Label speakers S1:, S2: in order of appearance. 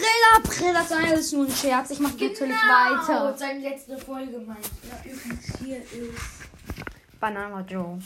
S1: ne, das war alles nur ein Scherz. Ich mache natürlich
S2: Genau,
S1: weiter.
S2: Seine letzte Folge meint. Ja, übrigens, hier ist.
S1: Banana Joe.